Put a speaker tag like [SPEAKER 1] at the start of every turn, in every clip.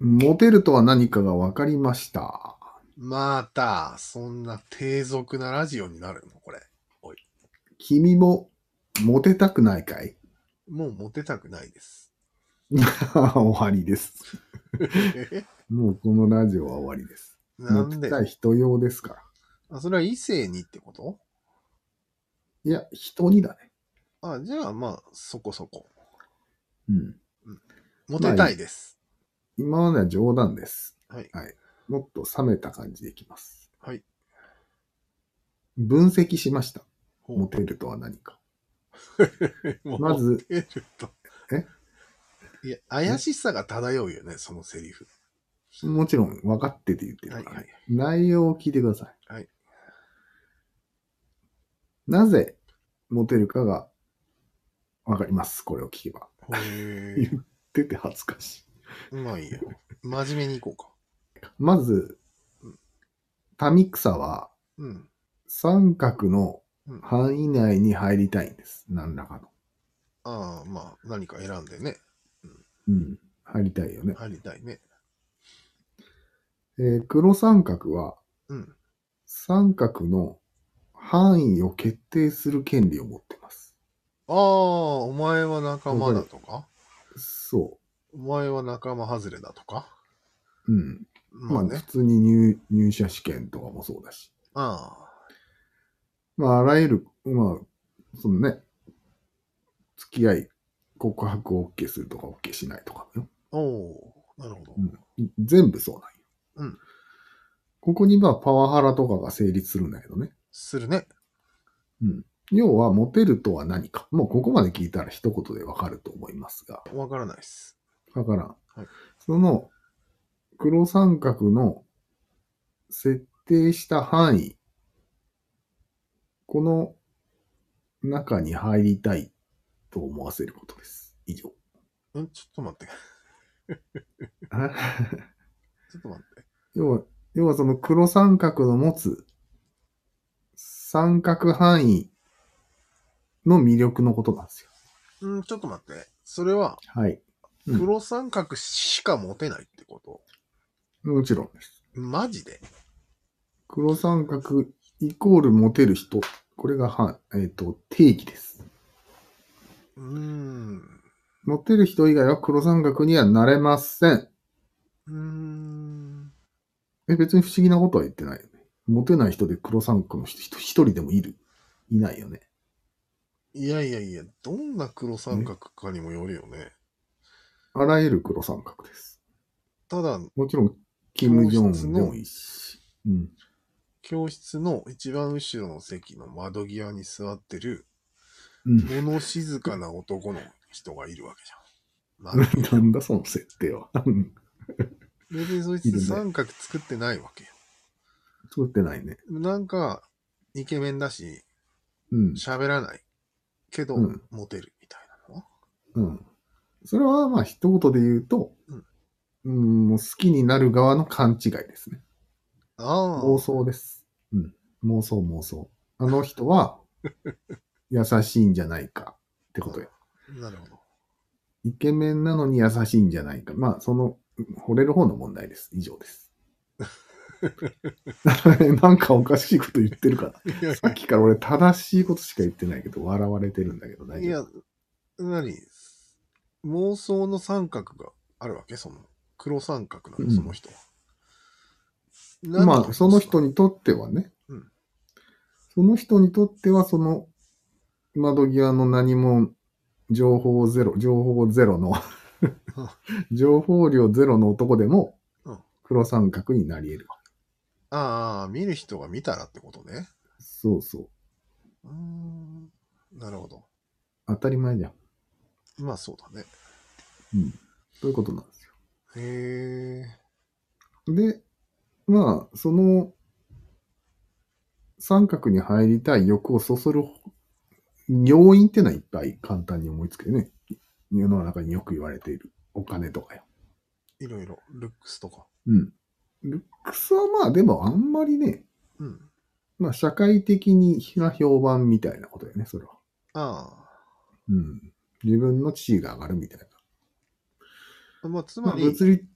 [SPEAKER 1] モテるとは何かが分かりました。
[SPEAKER 2] また、そんな低俗なラジオになるのこれ。
[SPEAKER 1] 君もモテたくないかい
[SPEAKER 2] もうモテたくないです。
[SPEAKER 1] 終わりです。
[SPEAKER 2] え
[SPEAKER 1] もうこのラジオは終わりです。
[SPEAKER 2] な
[SPEAKER 1] モ
[SPEAKER 2] ん
[SPEAKER 1] テ
[SPEAKER 2] で
[SPEAKER 1] たい人用ですから。
[SPEAKER 2] あそれは異性にってこと
[SPEAKER 1] いや、人にだね。
[SPEAKER 2] あ、じゃあまあ、そこそこ。
[SPEAKER 1] うん。
[SPEAKER 2] モテたいです。
[SPEAKER 1] 今までは冗談です。
[SPEAKER 2] はい
[SPEAKER 1] もっと冷めた感じでいきます。
[SPEAKER 2] はい。
[SPEAKER 1] 分析しました。
[SPEAKER 2] ほう
[SPEAKER 1] モテるとは何か。
[SPEAKER 2] もう
[SPEAKER 1] まず、
[SPEAKER 2] モテると。
[SPEAKER 1] え
[SPEAKER 2] いや、怪しさが漂うよね、そのセリフ。
[SPEAKER 1] もちろん分かってて言ってるから、ね
[SPEAKER 2] はいはい
[SPEAKER 1] 内容を聞いてください。
[SPEAKER 2] はい
[SPEAKER 1] なぜモテるかが分かります。これを聞けば。
[SPEAKER 2] へ
[SPEAKER 1] い
[SPEAKER 2] え。
[SPEAKER 1] 出て恥ずかしい。
[SPEAKER 2] まあいいや。真面目にいこうか。
[SPEAKER 1] まず
[SPEAKER 2] うん、
[SPEAKER 1] タミクサは
[SPEAKER 2] うん。
[SPEAKER 1] 三角の
[SPEAKER 2] うん、あ
[SPEAKER 1] 範囲内に入りたいんです。何らかの。
[SPEAKER 2] あ、まあ、何か選んでね。
[SPEAKER 1] うん。入りたいよね。
[SPEAKER 2] 入りたいね。
[SPEAKER 1] えー黒三角は
[SPEAKER 2] うん。
[SPEAKER 1] 三角の範囲を決定する権利を持ってます。
[SPEAKER 2] ああ、お前は仲間だとか、
[SPEAKER 1] そ
[SPEAKER 2] お前は仲間外れだとか
[SPEAKER 1] う。うん。
[SPEAKER 2] まあ
[SPEAKER 1] まあ普
[SPEAKER 2] ね。
[SPEAKER 1] 通に入入社試験とかもそうだし。
[SPEAKER 2] ああ。
[SPEAKER 1] まあ、あらゆる、まあ、そのね、付き合い、告白を OK するとか OK しないとかね、
[SPEAKER 2] おおーなるほど。
[SPEAKER 1] うん全部そうなんよ。
[SPEAKER 2] うん
[SPEAKER 1] ここにまあ、パワハラとかが成立するんだけどね。
[SPEAKER 2] するね。
[SPEAKER 1] 要は、モテるとは何か。もうここまで聞いたら一言でわかると思いますが。
[SPEAKER 2] わからないっす。
[SPEAKER 1] わからん。
[SPEAKER 2] はい
[SPEAKER 1] その、黒三角の設定した範囲、この中に入りたいと思わせることです。以上。
[SPEAKER 2] うん、ちょっと待って。ちょっと待って。
[SPEAKER 1] 要は、要はその黒三角の持つ三角範囲の魅力のことなんですよ。
[SPEAKER 2] うん、ちょっと待って。それは、
[SPEAKER 1] はい。うん
[SPEAKER 2] 黒三角しか持てないってこと、
[SPEAKER 1] もちろんです。
[SPEAKER 2] マジで
[SPEAKER 1] 黒三角イコールモテる人。これが範、えっ、と、定義です。
[SPEAKER 2] うーん。
[SPEAKER 1] 持ってる人以外は黒三角にはなれません。
[SPEAKER 2] うーん。
[SPEAKER 1] え、別に不思議なことは言ってないよね。モテない人で黒三角の人人一人でもいるいないよね。
[SPEAKER 2] いやいやいや、どんな黒三角かにもよるよね。
[SPEAKER 1] あらゆる黒三角です。
[SPEAKER 2] ただ、
[SPEAKER 1] もちろん、キム・ジョンウンでもいいし。うん。
[SPEAKER 2] 教室の一番後ろの席の窓際に座ってる、
[SPEAKER 1] うん。
[SPEAKER 2] 物静かな男の人がいるわけじゃん。なんで
[SPEAKER 1] なんだその設定は。うん
[SPEAKER 2] 別にそい
[SPEAKER 1] いる
[SPEAKER 2] つ
[SPEAKER 1] ね
[SPEAKER 2] 三角作ってないわけよ。
[SPEAKER 1] 作ってないね。
[SPEAKER 2] なんか、イケメンだし、
[SPEAKER 1] うん。
[SPEAKER 2] 喋らない。けど、
[SPEAKER 1] うん
[SPEAKER 2] モテるみたいなのは
[SPEAKER 1] うん。それはまあ一言で言うと、うん、もう好きになる側の勘違いですね。
[SPEAKER 2] ああ。
[SPEAKER 1] 妄想です。うん。妄想妄想。あの人 は優しいんじゃないかってことや。
[SPEAKER 2] なるほど。
[SPEAKER 1] イケメンなのに優しいんじゃないか。まあ、その、うん惚れる方の問題です。以上です。 なんかおかしいこと言ってるから。
[SPEAKER 2] いや
[SPEAKER 1] さっきから俺正しいことしか言ってないけど、笑われてるんだけど、大
[SPEAKER 2] い
[SPEAKER 1] 丈夫。
[SPEAKER 2] や、何妄想の三角があるわけその、黒三角な
[SPEAKER 1] う
[SPEAKER 2] の、
[SPEAKER 1] ん
[SPEAKER 2] その人は。何
[SPEAKER 1] まあ、その人
[SPEAKER 2] に。
[SPEAKER 1] にとってはね、
[SPEAKER 2] うん
[SPEAKER 1] その人にとっては、その窓際の何も情報ゼロ、情報ゼロの 情報量ゼロの男でも
[SPEAKER 2] うん、
[SPEAKER 1] 黒三角になり得る。
[SPEAKER 2] ああ、見る人が見たらってことね。
[SPEAKER 1] そうそう。
[SPEAKER 2] うーん。なるほど。
[SPEAKER 1] 当たり前じゃん。
[SPEAKER 2] まあそうだね。
[SPEAKER 1] うん。そういうことなんです
[SPEAKER 2] へえ。
[SPEAKER 1] よ。で、まあ、その、三角に入りたい欲をそそる要因ってのはいっぱい簡単に思いつくよね。世の中によく言われているお金とかよ。
[SPEAKER 2] いろいろ、ルックスとか。
[SPEAKER 1] うん。ルックスはまあ、でもあんまりね、
[SPEAKER 2] うん。
[SPEAKER 1] まあ、社会的に評判みたいなことよね、それは。
[SPEAKER 2] あ
[SPEAKER 1] うん。自分の地位が上がるみたいな。
[SPEAKER 2] あ。まあつ
[SPEAKER 1] ま
[SPEAKER 2] ま
[SPEAKER 1] あ、
[SPEAKER 2] り、
[SPEAKER 1] 物理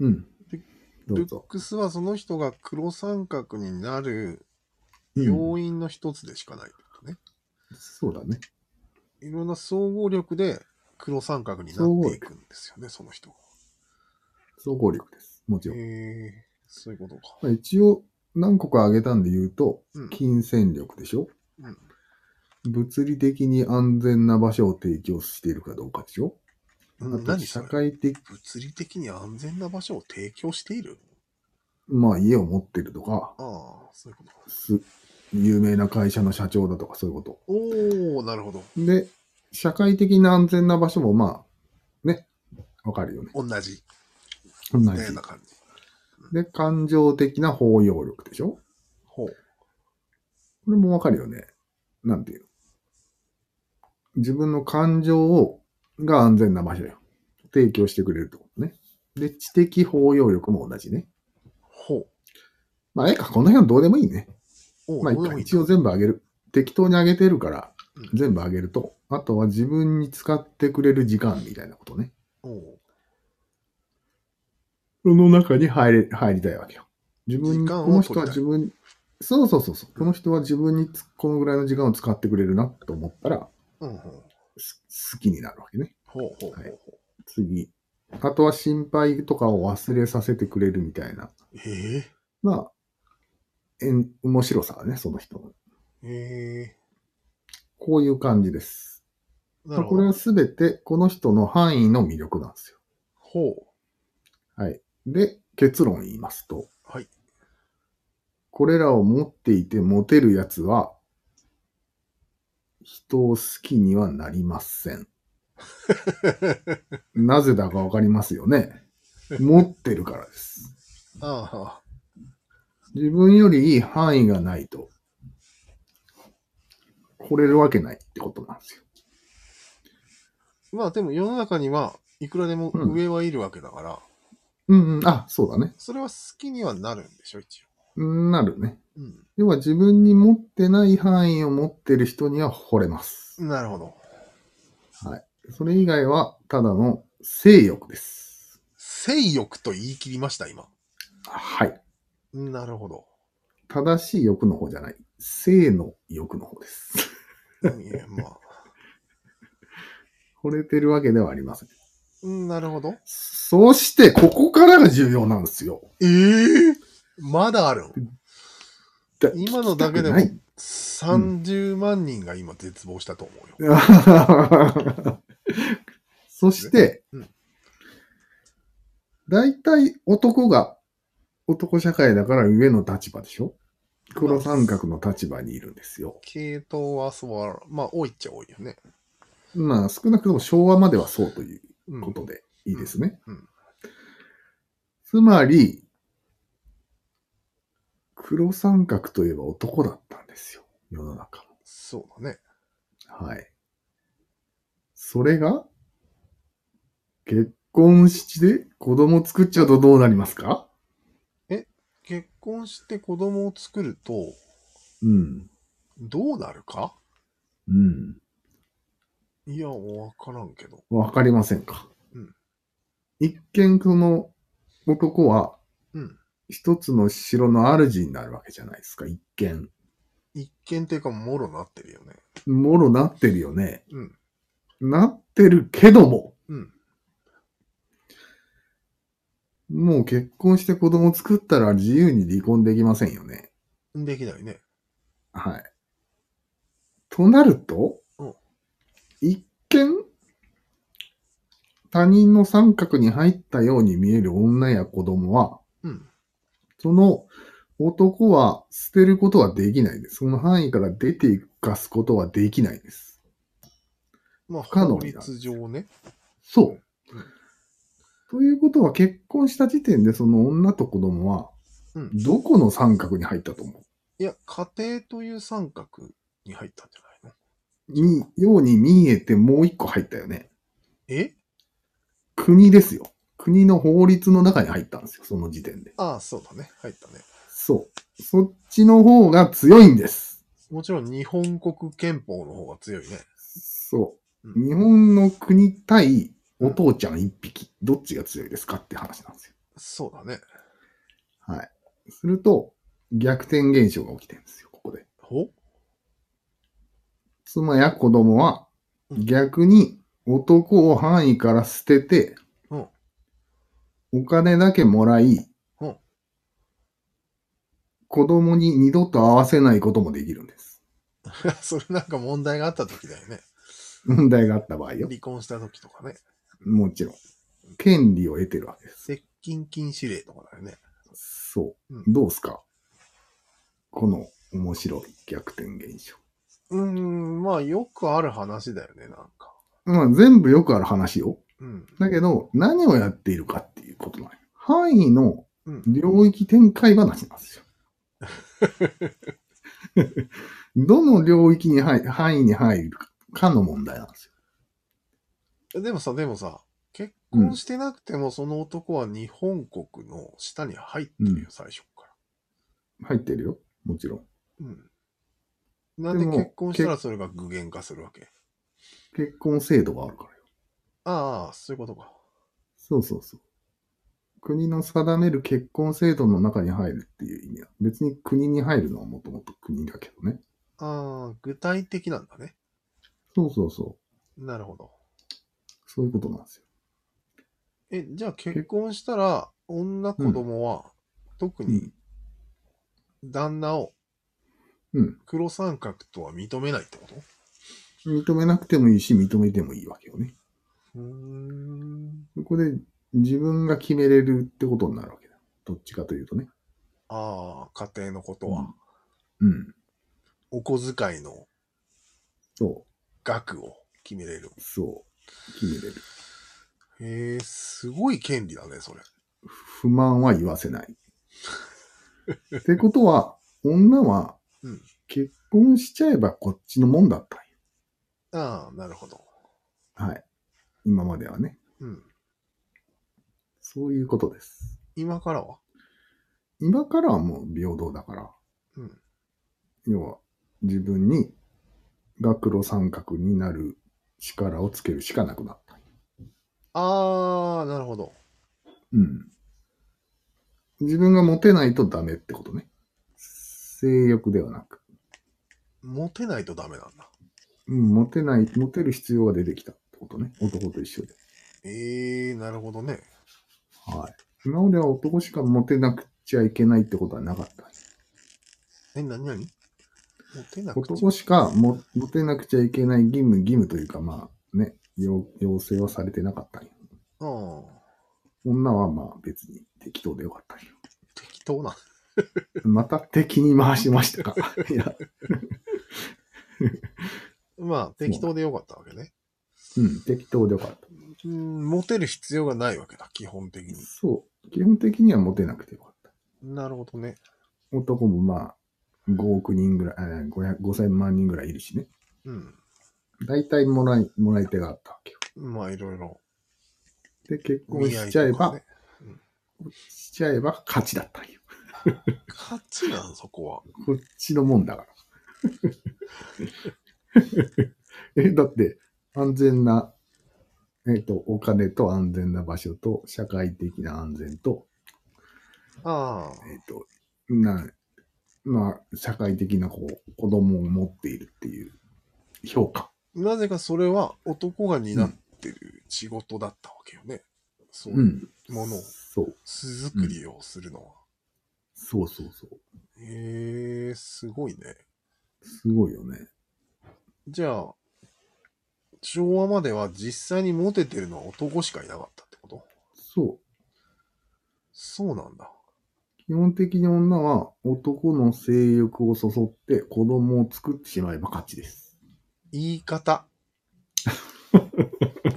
[SPEAKER 1] うん
[SPEAKER 2] で。
[SPEAKER 1] ど
[SPEAKER 2] ル
[SPEAKER 1] う
[SPEAKER 2] ッ
[SPEAKER 1] ぞ。
[SPEAKER 2] クスはその人が黒三角になる
[SPEAKER 1] うん
[SPEAKER 2] 要因の一つでしかないってことね。
[SPEAKER 1] そうだね。
[SPEAKER 2] いろんな総合力で黒三角になっていくんですよね、その人が。
[SPEAKER 1] 総合力です。もち
[SPEAKER 2] へ
[SPEAKER 1] ろん。
[SPEAKER 2] えそういうことか。
[SPEAKER 1] まあ、一応、何個か挙げたんで言うと、
[SPEAKER 2] うん
[SPEAKER 1] 金銭力でしょ、
[SPEAKER 2] うん
[SPEAKER 1] 物理的に安全な場所を提供しているかどうかでしょ、
[SPEAKER 2] う
[SPEAKER 1] あ
[SPEAKER 2] ん
[SPEAKER 1] と、
[SPEAKER 2] 何
[SPEAKER 1] 社
[SPEAKER 2] それ
[SPEAKER 1] 会的、
[SPEAKER 2] 物理的に安全な場所を提供している
[SPEAKER 1] まあ、家を持ってるとか、
[SPEAKER 2] ああ、そういうことか。
[SPEAKER 1] す有名な会社の社長だとか、そういうこ
[SPEAKER 2] おー、なるほど。
[SPEAKER 1] と。で、社会的な安全な場所も、まあ、ね、わかるよね。
[SPEAKER 2] 同じ。
[SPEAKER 1] 同じ
[SPEAKER 2] 同じな感じ。
[SPEAKER 1] で、感情的な包容力でしょ
[SPEAKER 2] ほう。
[SPEAKER 1] これもわかるよね。なんていうの自分の感情を、が安全な場所よ。提供してくれるってことね。で、知的包容力も同じね。
[SPEAKER 2] ほう。
[SPEAKER 1] まあ、ええか、この辺はどうでもいいね。
[SPEAKER 2] おー
[SPEAKER 1] まあ、
[SPEAKER 2] ど
[SPEAKER 1] 一
[SPEAKER 2] うで
[SPEAKER 1] 回
[SPEAKER 2] もいい
[SPEAKER 1] 一応全部あげる。適当にあげてるから
[SPEAKER 2] うん、
[SPEAKER 1] 全部あげると、あとは自分に使ってくれる時間みたいなことね。
[SPEAKER 2] おー
[SPEAKER 1] その中に入れ、入りたいわけよ。自分、
[SPEAKER 2] 時
[SPEAKER 1] こ
[SPEAKER 2] 間を
[SPEAKER 1] の人は
[SPEAKER 2] 取
[SPEAKER 1] 自
[SPEAKER 2] りたい
[SPEAKER 1] 分、そうそうそうそう。この人は自分につこのぐらいの時間を使ってくれるなと思ったら、
[SPEAKER 2] うん、ほう。
[SPEAKER 1] す好きになるわけね。
[SPEAKER 2] ほうほうほうほう。
[SPEAKER 1] はい次。あとは心配とかを忘れさせてくれるみたいな。
[SPEAKER 2] ええ
[SPEAKER 1] まあ、えん面白さだね、その人の。
[SPEAKER 2] え
[SPEAKER 1] こういう感じです。
[SPEAKER 2] ー、
[SPEAKER 1] まあ、
[SPEAKER 2] なる
[SPEAKER 1] こ
[SPEAKER 2] ほ
[SPEAKER 1] れ
[SPEAKER 2] ど。
[SPEAKER 1] はすべてこの人の範囲の魅力なんですよ。
[SPEAKER 2] ほう。
[SPEAKER 1] はい。で、結論言いますと、
[SPEAKER 2] はい。
[SPEAKER 1] これらを持っていてモテるやつは、人を好きにはなりませ ん。なぜだかわかりますよね。持ってるからです。
[SPEAKER 2] ああ、
[SPEAKER 1] 自分よりいい範囲がないと、惚れるわけないってことなんですよ。
[SPEAKER 2] まあでも世の中にはいくらでも上はいるわけだから、
[SPEAKER 1] うんうん、あ、そうだね。
[SPEAKER 2] それは好きにはなるんでしょ、一
[SPEAKER 1] なるね。
[SPEAKER 2] 応。
[SPEAKER 1] 要は自分に持ってない範囲を持ってる人には惚れます。
[SPEAKER 2] うん。なるほど。
[SPEAKER 1] それ以外は、ただの性欲です。
[SPEAKER 2] 性欲と言い切りました、今。
[SPEAKER 1] はい。
[SPEAKER 2] なるほど。
[SPEAKER 1] 正しい欲の方じゃない。性の欲の方です。
[SPEAKER 2] いや、まあ。
[SPEAKER 1] 惚れてるわけではありません。
[SPEAKER 2] うんなるほど。
[SPEAKER 1] そして、ここからが重要なんですよ。
[SPEAKER 2] ええまだあるん
[SPEAKER 1] だ
[SPEAKER 2] 今のだけでも
[SPEAKER 1] 聞き
[SPEAKER 2] 30万人が今絶望したと思うよ。
[SPEAKER 1] たくない そして
[SPEAKER 2] うん、
[SPEAKER 1] 大体男が男社会だから上の立場でしょ黒三角の立場にいるんですよ。
[SPEAKER 2] 系統はそうは、まあ多いっちゃ多いよね。
[SPEAKER 1] まあ少なくとも昭和まではそうという
[SPEAKER 2] うん
[SPEAKER 1] ことでいいですね。
[SPEAKER 2] うんうん
[SPEAKER 1] つまり、黒三角といえば男だったんですよ。世の中も。
[SPEAKER 2] そうだね。
[SPEAKER 1] はい。それが、結婚して子供作っちゃうとどうなりますか
[SPEAKER 2] 結婚して子供を作ると、
[SPEAKER 1] うん。
[SPEAKER 2] どうなるか
[SPEAKER 1] うん。
[SPEAKER 2] いや、わからんけど。
[SPEAKER 1] わかりませんか。
[SPEAKER 2] うん
[SPEAKER 1] 一見、この男は、
[SPEAKER 2] うん。
[SPEAKER 1] 一つの城の主になるわけじゃないですか。一見。
[SPEAKER 2] 一見っていうか、もろなってるよね。
[SPEAKER 1] もろなってるよね。
[SPEAKER 2] うん。
[SPEAKER 1] なってるけども、
[SPEAKER 2] うん。
[SPEAKER 1] もう結婚して子供作ったら自由に離婚できませんよね。
[SPEAKER 2] できないね。
[SPEAKER 1] はい。となると、
[SPEAKER 2] うん
[SPEAKER 1] 一見、他人の三角に入ったように見える女や子供は、
[SPEAKER 2] うん。
[SPEAKER 1] その男は捨てることはできないです。その範囲から出ていかすことはできないです。
[SPEAKER 2] まあ、
[SPEAKER 1] 不可能
[SPEAKER 2] 法
[SPEAKER 1] になる
[SPEAKER 2] 律上ね。
[SPEAKER 1] そう
[SPEAKER 2] うん。
[SPEAKER 1] ということは結婚した時点でその女と子供は
[SPEAKER 2] うん、
[SPEAKER 1] どこの三角に入ったと思う
[SPEAKER 2] いや、家庭という三角に入ったんじゃないの
[SPEAKER 1] に、ように見えてもう一個入ったよね。
[SPEAKER 2] え
[SPEAKER 1] 国ですよ。国の法律の中に入ったんですよ、その時点で。
[SPEAKER 2] ああ、そうだね。入ったね。
[SPEAKER 1] そう。そっちの方が強いんです。
[SPEAKER 2] もちろん日本国憲法の方が強いね。
[SPEAKER 1] そうう。
[SPEAKER 2] ん
[SPEAKER 1] 日本の国対お父ちゃん一匹、どっちが強いですかって話なんですよ。
[SPEAKER 2] そうだね。
[SPEAKER 1] はい。すると、逆転現象が起きてるんですよ、ここで。
[SPEAKER 2] ほ
[SPEAKER 1] 妻や子供は、
[SPEAKER 2] うん
[SPEAKER 1] 逆に男を範囲から捨てて、
[SPEAKER 2] うん
[SPEAKER 1] お金だけもらい、
[SPEAKER 2] うん
[SPEAKER 1] 子供に二度と会わせないこともできるんです。
[SPEAKER 2] それなんか問題があった時だよね。
[SPEAKER 1] 問題があった場合よ。
[SPEAKER 2] 離婚した時とかね。
[SPEAKER 1] もちろん。権利を得てるわけです。
[SPEAKER 2] 接近禁止令とかだよね。
[SPEAKER 1] そう。
[SPEAKER 2] うん
[SPEAKER 1] どうすかこの面白い逆転現象。
[SPEAKER 2] うーん、まあよくある話だよね、なんか。
[SPEAKER 1] まあ全部よくある話よ。
[SPEAKER 2] うん。
[SPEAKER 1] だけど、何をやっているかっていうことなんよ範囲の
[SPEAKER 2] うん。
[SPEAKER 1] 領域展開話なんですよ。 どの領域に入範囲に入るかの問題なんですよ。
[SPEAKER 2] でもさ、でもさ、結婚してなくてもその男は日本国の下に入ってる
[SPEAKER 1] う
[SPEAKER 2] よ、最初か
[SPEAKER 1] 入ってるよ。もちろん。
[SPEAKER 2] ら。うん。なんで
[SPEAKER 1] でも
[SPEAKER 2] 結婚したらそれが具現化するわけ
[SPEAKER 1] 結婚制度があるからよ。
[SPEAKER 2] ああ、そういうことか。
[SPEAKER 1] そうそうそう。国の定める結婚制度の中に入るっていう意味は、別に国に入るのはもともと国だけどね。
[SPEAKER 2] ああ、具体的なんだね。
[SPEAKER 1] そうそうそう。
[SPEAKER 2] なるほど。
[SPEAKER 1] そういうことなんですよ。
[SPEAKER 2] え、じゃあ結婚したら女子供は特
[SPEAKER 1] う
[SPEAKER 2] に
[SPEAKER 1] ん。
[SPEAKER 2] 旦那を
[SPEAKER 1] うん。
[SPEAKER 2] 黒三角とは認めないってこと
[SPEAKER 1] 認めなくてもいいし、認めてもいいわけよね。
[SPEAKER 2] うーん。
[SPEAKER 1] そこで自分が決めれるってことになるわけだ。どっちかというとね。
[SPEAKER 2] ああ、家庭のことは、
[SPEAKER 1] うん。
[SPEAKER 2] お小遣いの
[SPEAKER 1] そ
[SPEAKER 2] 額を決めれる。
[SPEAKER 1] う。そう。決めれる。
[SPEAKER 2] へえ、すごい権利だね、それ。
[SPEAKER 1] 不満は言わせない。ってことは、女は
[SPEAKER 2] うん
[SPEAKER 1] 結婚しちゃえばこっちのもんだった
[SPEAKER 2] ああ、なるほど。
[SPEAKER 1] んよはい。今まではね。
[SPEAKER 2] うん。
[SPEAKER 1] そういうことです。
[SPEAKER 2] 今からは
[SPEAKER 1] 今からはもう平等だから、
[SPEAKER 2] うん。
[SPEAKER 1] 要は自分に学路三角になる力をつけるしかなくなったんよ。
[SPEAKER 2] ああ、なるほど。
[SPEAKER 1] うん。自分がモテないとダメってことね。性欲ではなく。
[SPEAKER 2] モテないとダメなんだ。
[SPEAKER 1] うん、モテない、モテる必要が出てきたってことね。男と一緒で。
[SPEAKER 2] ええ、なるほどね。
[SPEAKER 1] はい。今までは男しかモテなくちゃいけないってことはなかった。
[SPEAKER 2] え、なになにモテなくちゃ
[SPEAKER 1] 男しかモモテなくちゃいけない義務、義務というか、まあね、要要請はされてなかったんよ。
[SPEAKER 2] ああ、
[SPEAKER 1] 女はまあ別に適当でよかったんよ。
[SPEAKER 2] 適当な。
[SPEAKER 1] また敵に回しましたか。いや、
[SPEAKER 2] まあ、適当でよかったわけね。
[SPEAKER 1] うん、適当でよかった。
[SPEAKER 2] うん、モテる必要がないわけだ、基本的に。
[SPEAKER 1] そう。基本的にはモテなくてよかった。
[SPEAKER 2] なるほどね。
[SPEAKER 1] 男もまあ、5億人ぐらい、えー500 5000万人ぐらいいるしね。
[SPEAKER 2] うん。
[SPEAKER 1] 大体もらい、もらい手があったわけよ。
[SPEAKER 2] まあ、いろいろ。
[SPEAKER 1] で、結婚しちゃえば、
[SPEAKER 2] 見合いとかね
[SPEAKER 1] しちゃえば勝ちだったんよ。
[SPEAKER 2] 勝ちなの、そこは。
[SPEAKER 1] こっちのもんだから。 え、だって、安全な、えっ、と、お金と安全な場所と、社会的な安全と、
[SPEAKER 2] ああ、
[SPEAKER 1] えっ、と、な、まあ、社会的な、こう、子供を持っているっていう評価。
[SPEAKER 2] なぜかそれは男が担ってる仕事だったわけよね。そうう、
[SPEAKER 1] ん。
[SPEAKER 2] ものを
[SPEAKER 1] そう。
[SPEAKER 2] 巣作りをするのは。
[SPEAKER 1] そうそうそう。
[SPEAKER 2] へえ、すごいね。
[SPEAKER 1] すごいよね。
[SPEAKER 2] じゃあ、昭和までは実際にモテてるのは男しかいなかったってこと
[SPEAKER 1] そ
[SPEAKER 2] そうなんだ。
[SPEAKER 1] う。基本的に女は男の性欲をそそって子供を作ってしまえば勝ちです。
[SPEAKER 2] 言い 方。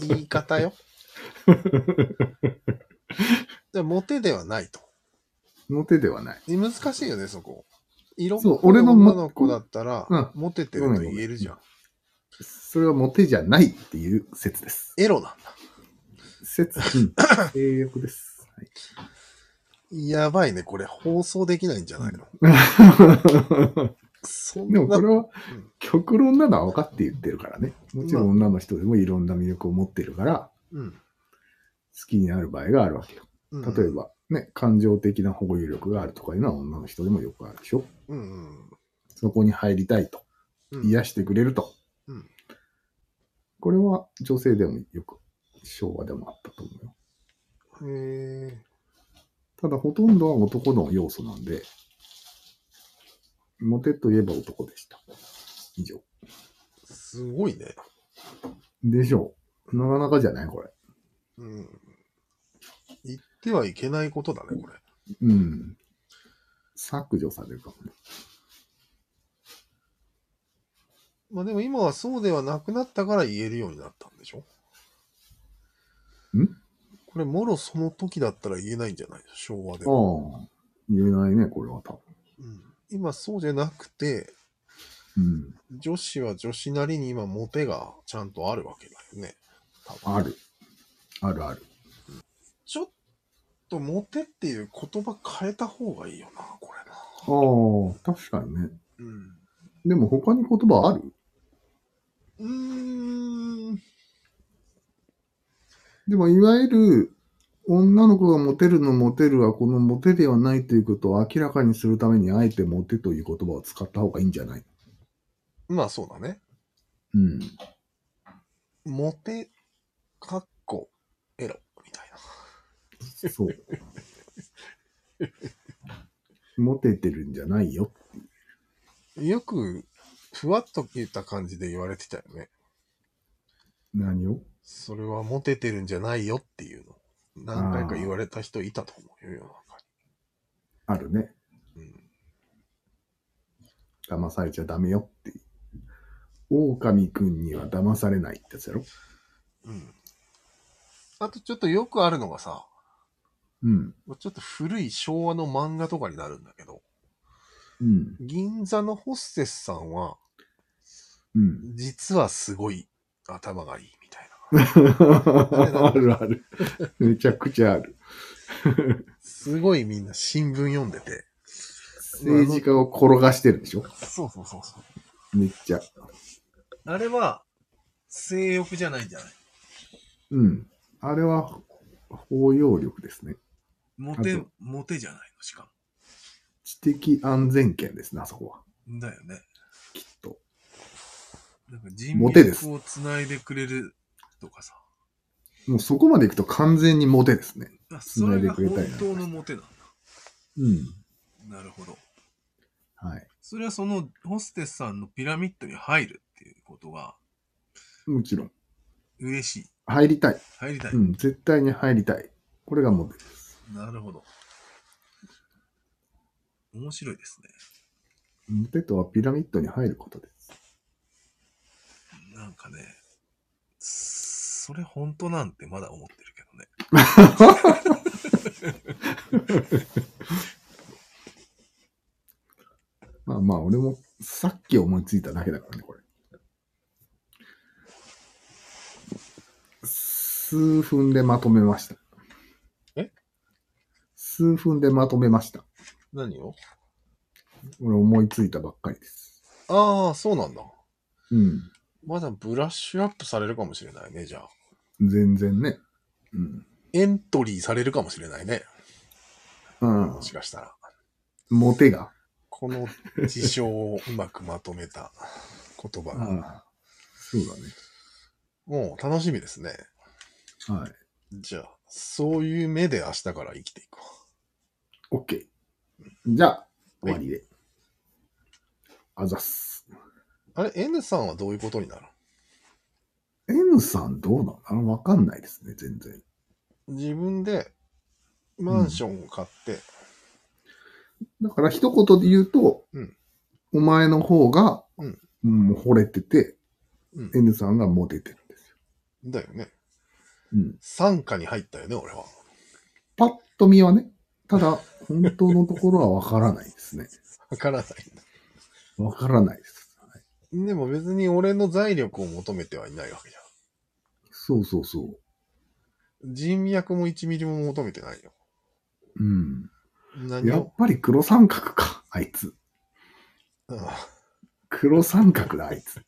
[SPEAKER 2] 言い方よ。じゃあ、モテではないと。
[SPEAKER 1] モテではない。
[SPEAKER 2] え難しいよね、そこ。色
[SPEAKER 1] そう
[SPEAKER 2] 俺
[SPEAKER 1] 俺
[SPEAKER 2] の
[SPEAKER 1] の
[SPEAKER 2] 女
[SPEAKER 1] も
[SPEAKER 2] の子だったら、
[SPEAKER 1] うん
[SPEAKER 2] モテてると言えるじゃん。
[SPEAKER 1] それはモテじゃないっていう説です。
[SPEAKER 2] エロなんだ。
[SPEAKER 1] 説、う ん、性欲です。はい
[SPEAKER 2] やばいね、これ放送できないんじゃないの、そん
[SPEAKER 1] でもこ
[SPEAKER 2] な、
[SPEAKER 1] れは
[SPEAKER 2] ん
[SPEAKER 1] 極論なのは分かって言ってるからね。もちろん女の人でもいろんな魅力を持ってるから、
[SPEAKER 2] うん。
[SPEAKER 1] 好きになる場合があるわけよ。
[SPEAKER 2] うん
[SPEAKER 1] 例えば、ね、感情的な保有力があるとかいうのは女の人でもよくあるでしょ。
[SPEAKER 2] うん
[SPEAKER 1] そこに入りたいと。
[SPEAKER 2] うん。
[SPEAKER 1] 癒してくれると。
[SPEAKER 2] うん
[SPEAKER 1] これは女性でもよく、昭和でもあったと思うよ。
[SPEAKER 2] へえ。
[SPEAKER 1] ただほとんどは男の要素なんで、モテといえば男でした。以上。
[SPEAKER 2] すごいね。
[SPEAKER 1] でしょう。なかなかじゃないこれ。
[SPEAKER 2] うん。言ってはいけないことだね、これ。
[SPEAKER 1] うん。削除されるかもね。
[SPEAKER 2] まあでも今はそうではなくなったから言えるようになったんでしょ
[SPEAKER 1] ん
[SPEAKER 2] これ、もろその時だったら言えないんじゃない昭和でも。
[SPEAKER 1] ああ、言えないね、これは多
[SPEAKER 2] うん、今そうじゃなくて、
[SPEAKER 1] 分。
[SPEAKER 2] 女子は女子なりに今モテがちゃんとあるわけだよね。
[SPEAKER 1] うん。ある。あるある。
[SPEAKER 2] ちょっとモテっていう言葉変えた方がいいよな、これな。
[SPEAKER 1] ああ、確かにね。
[SPEAKER 2] うん。
[SPEAKER 1] でも他に言葉ある
[SPEAKER 2] うーん。
[SPEAKER 1] でも、いわゆる、女の子がモテるのモテるは、このモテではないということを明らかにするために、あえてモテという言葉を使った方がいいんじゃない
[SPEAKER 2] まあそうだね。
[SPEAKER 1] うん。
[SPEAKER 2] モテ、かっこ、エロ、みたいな。
[SPEAKER 1] そう。モテてるんじゃないよ。
[SPEAKER 2] よく、ふわっと言った感じで言われてたよね。
[SPEAKER 1] 何を
[SPEAKER 2] それはモテてるんじゃないよっていうの。何回か言われた人いたと思うよ、世の
[SPEAKER 1] あるね。
[SPEAKER 2] 中に。
[SPEAKER 1] 騙されちゃダメよっていう。狼くんには騙されないってやつやろ
[SPEAKER 2] うん。うん。あとちょっとよくあるのがさ、
[SPEAKER 1] うん。
[SPEAKER 2] ちょっと古い昭和の漫画とかになるんだけど、
[SPEAKER 1] うん。
[SPEAKER 2] 銀座のホステスさんは、
[SPEAKER 1] うん。
[SPEAKER 2] 実はすごい頭がいいみたい
[SPEAKER 1] あるある。めちゃくちゃ ある。
[SPEAKER 2] な。すごいみんな新聞読んでて。
[SPEAKER 1] 政治家を転がしてるでしょ
[SPEAKER 2] そうそうそうそう。
[SPEAKER 1] めっちゃ。
[SPEAKER 2] あれは、性欲じゃないんじゃない
[SPEAKER 1] うん。あれは、包容力ですね。
[SPEAKER 2] モ
[SPEAKER 1] あ
[SPEAKER 2] テ
[SPEAKER 1] と、
[SPEAKER 2] モテじゃないの、しか
[SPEAKER 1] 知的安全圏ですね、あそこは。
[SPEAKER 2] も。だよね。
[SPEAKER 1] きっと。
[SPEAKER 2] なんか人
[SPEAKER 1] モテです
[SPEAKER 2] 脈をつないでくれるとかさ。
[SPEAKER 1] もうそこまで行くと完全にモテですね。
[SPEAKER 2] あそれが
[SPEAKER 1] つないでくれた
[SPEAKER 2] 本
[SPEAKER 1] りなんかして
[SPEAKER 2] 当のモテなん
[SPEAKER 1] うん。
[SPEAKER 2] だ。なるほど。
[SPEAKER 1] はい。
[SPEAKER 2] それはそのホステスさんのピラミッドに入るっていうことが
[SPEAKER 1] もちろん。
[SPEAKER 2] 嬉しい。
[SPEAKER 1] 入りたい。
[SPEAKER 2] 入りたい。
[SPEAKER 1] うん。絶対に入りたい。これがモテです。
[SPEAKER 2] なるほど。面白いです
[SPEAKER 1] モテとはピラミッドに入ることです。
[SPEAKER 2] ね。なんかね、それ本当なんてまだ思ってるけどね。
[SPEAKER 1] まあまあ、俺もさっき思いついただけだからね、これ。数分でまとめました。
[SPEAKER 2] え
[SPEAKER 1] 数分でまとめました。
[SPEAKER 2] 何を
[SPEAKER 1] 俺思いついたばっかりです。
[SPEAKER 2] ああ、そうなんだ。
[SPEAKER 1] うん。
[SPEAKER 2] まだブラッシュアップされるかもしれないね、じゃあ。
[SPEAKER 1] 全然ね。うん。
[SPEAKER 2] エントリーされるかもしれないね。
[SPEAKER 1] うん
[SPEAKER 2] も。しかしたら。
[SPEAKER 1] モテが。
[SPEAKER 2] この事象をうまくまとめた言葉が。
[SPEAKER 1] ああそうだね。
[SPEAKER 2] もう楽しみですね。
[SPEAKER 1] はい。
[SPEAKER 2] じゃあ、そういう目で明日から生きていくわ。
[SPEAKER 1] OK。じゃあ、終わりで。あざっす。
[SPEAKER 2] あれ、N さんはどういうことになる
[SPEAKER 1] N さんどうなのわかんないですね、全然。
[SPEAKER 2] 自分でマンションを買って、
[SPEAKER 1] だから一言で言うと、
[SPEAKER 2] うん
[SPEAKER 1] お前の方が、
[SPEAKER 2] うん
[SPEAKER 1] うん惚れてて、
[SPEAKER 2] うん、
[SPEAKER 1] N さんがモテてるんですよ。
[SPEAKER 2] だよね。
[SPEAKER 1] うん、
[SPEAKER 2] 傘下に入ったよね、俺は。
[SPEAKER 1] パッと見はね、ただ、本当のところはわからないですね。
[SPEAKER 2] わからない
[SPEAKER 1] わからないです。はい
[SPEAKER 2] でも別に俺の財力を求めてはいないわけじゃ
[SPEAKER 1] そうそうそ
[SPEAKER 2] ん。人脈も1ミリも求めてないよ。
[SPEAKER 1] う。うん。
[SPEAKER 2] 何
[SPEAKER 1] やっ
[SPEAKER 2] を、
[SPEAKER 1] ぱり黒三角か、あいつ。
[SPEAKER 2] うん
[SPEAKER 1] 黒三角だ、あいつ。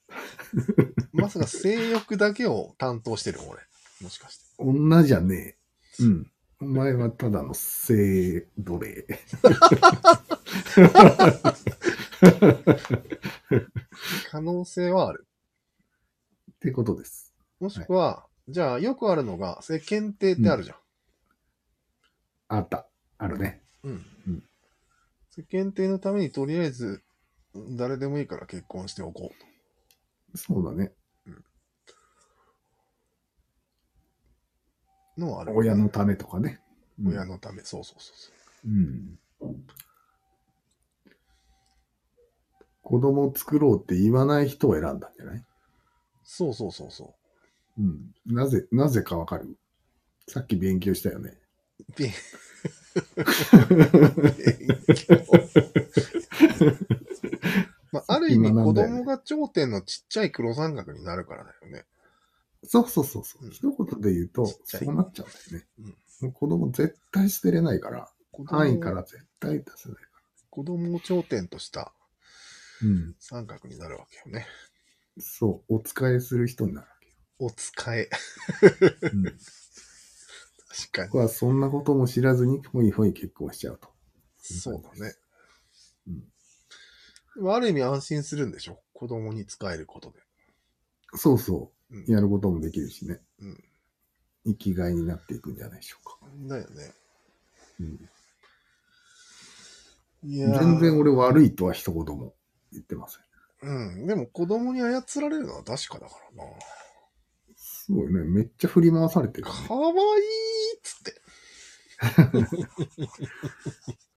[SPEAKER 2] まさか性欲だけを担当してる俺。もしかして。
[SPEAKER 1] 女じゃねえ。うん。お前はただの性奴隷。
[SPEAKER 2] 可能性はある。
[SPEAKER 1] ってことです。
[SPEAKER 2] もしくは、じゃあよくあるのが、世間体ってあるじゃん。
[SPEAKER 1] あった。あるね。
[SPEAKER 2] うん
[SPEAKER 1] うん。
[SPEAKER 2] 世間体のためにとりあえず、誰でもいいから結婚しておこう
[SPEAKER 1] そうだね。
[SPEAKER 2] と。のはある。
[SPEAKER 1] 親のためとかね。うん
[SPEAKER 2] 親のため。そうそうそうそう。
[SPEAKER 1] うん。子供を作ろうって言わない人を選んだんじゃない
[SPEAKER 2] そうそうそうそ
[SPEAKER 1] うん。なぜ、なぜかわかるさっき勉強したよね。
[SPEAKER 2] う。ピン。まあ、ある意味、
[SPEAKER 1] 今な
[SPEAKER 2] 子
[SPEAKER 1] んだよね
[SPEAKER 2] 供が頂点のちっちゃい黒三角になるからだよね。
[SPEAKER 1] そうそうそうそう。
[SPEAKER 2] うん
[SPEAKER 1] 一言で言うと、
[SPEAKER 2] ちっちゃい
[SPEAKER 1] そうなっちゃうんだよね。
[SPEAKER 2] うん
[SPEAKER 1] もう子供絶対捨てれないから、
[SPEAKER 2] 子供
[SPEAKER 1] 範囲から絶対出せないか
[SPEAKER 2] 子供を頂点とした
[SPEAKER 1] ら。うん。
[SPEAKER 2] 三角になるわけよね。
[SPEAKER 1] そう、お使いする人になるわ
[SPEAKER 2] お使え。
[SPEAKER 1] けよ。うん。
[SPEAKER 2] 確
[SPEAKER 1] 僕
[SPEAKER 2] か
[SPEAKER 1] はそんなことも知らずに、ほいほい結婚しちゃうと。
[SPEAKER 2] に。そうだね。
[SPEAKER 1] うん
[SPEAKER 2] でもある意味安心するんでしょ子供に使えることで。
[SPEAKER 1] そうそうう。やることもできるしね。
[SPEAKER 2] うん
[SPEAKER 1] 生きがいになっていくんじゃないでしょうか。
[SPEAKER 2] ん、だよね。
[SPEAKER 1] うん
[SPEAKER 2] いやー
[SPEAKER 1] 全然俺悪いとは一言も言ってません。
[SPEAKER 2] うん。でも子供に操られるのは確かだからな。
[SPEAKER 1] すごいね。めっちゃ振り回されてる、ね。
[SPEAKER 2] かわいいっつって。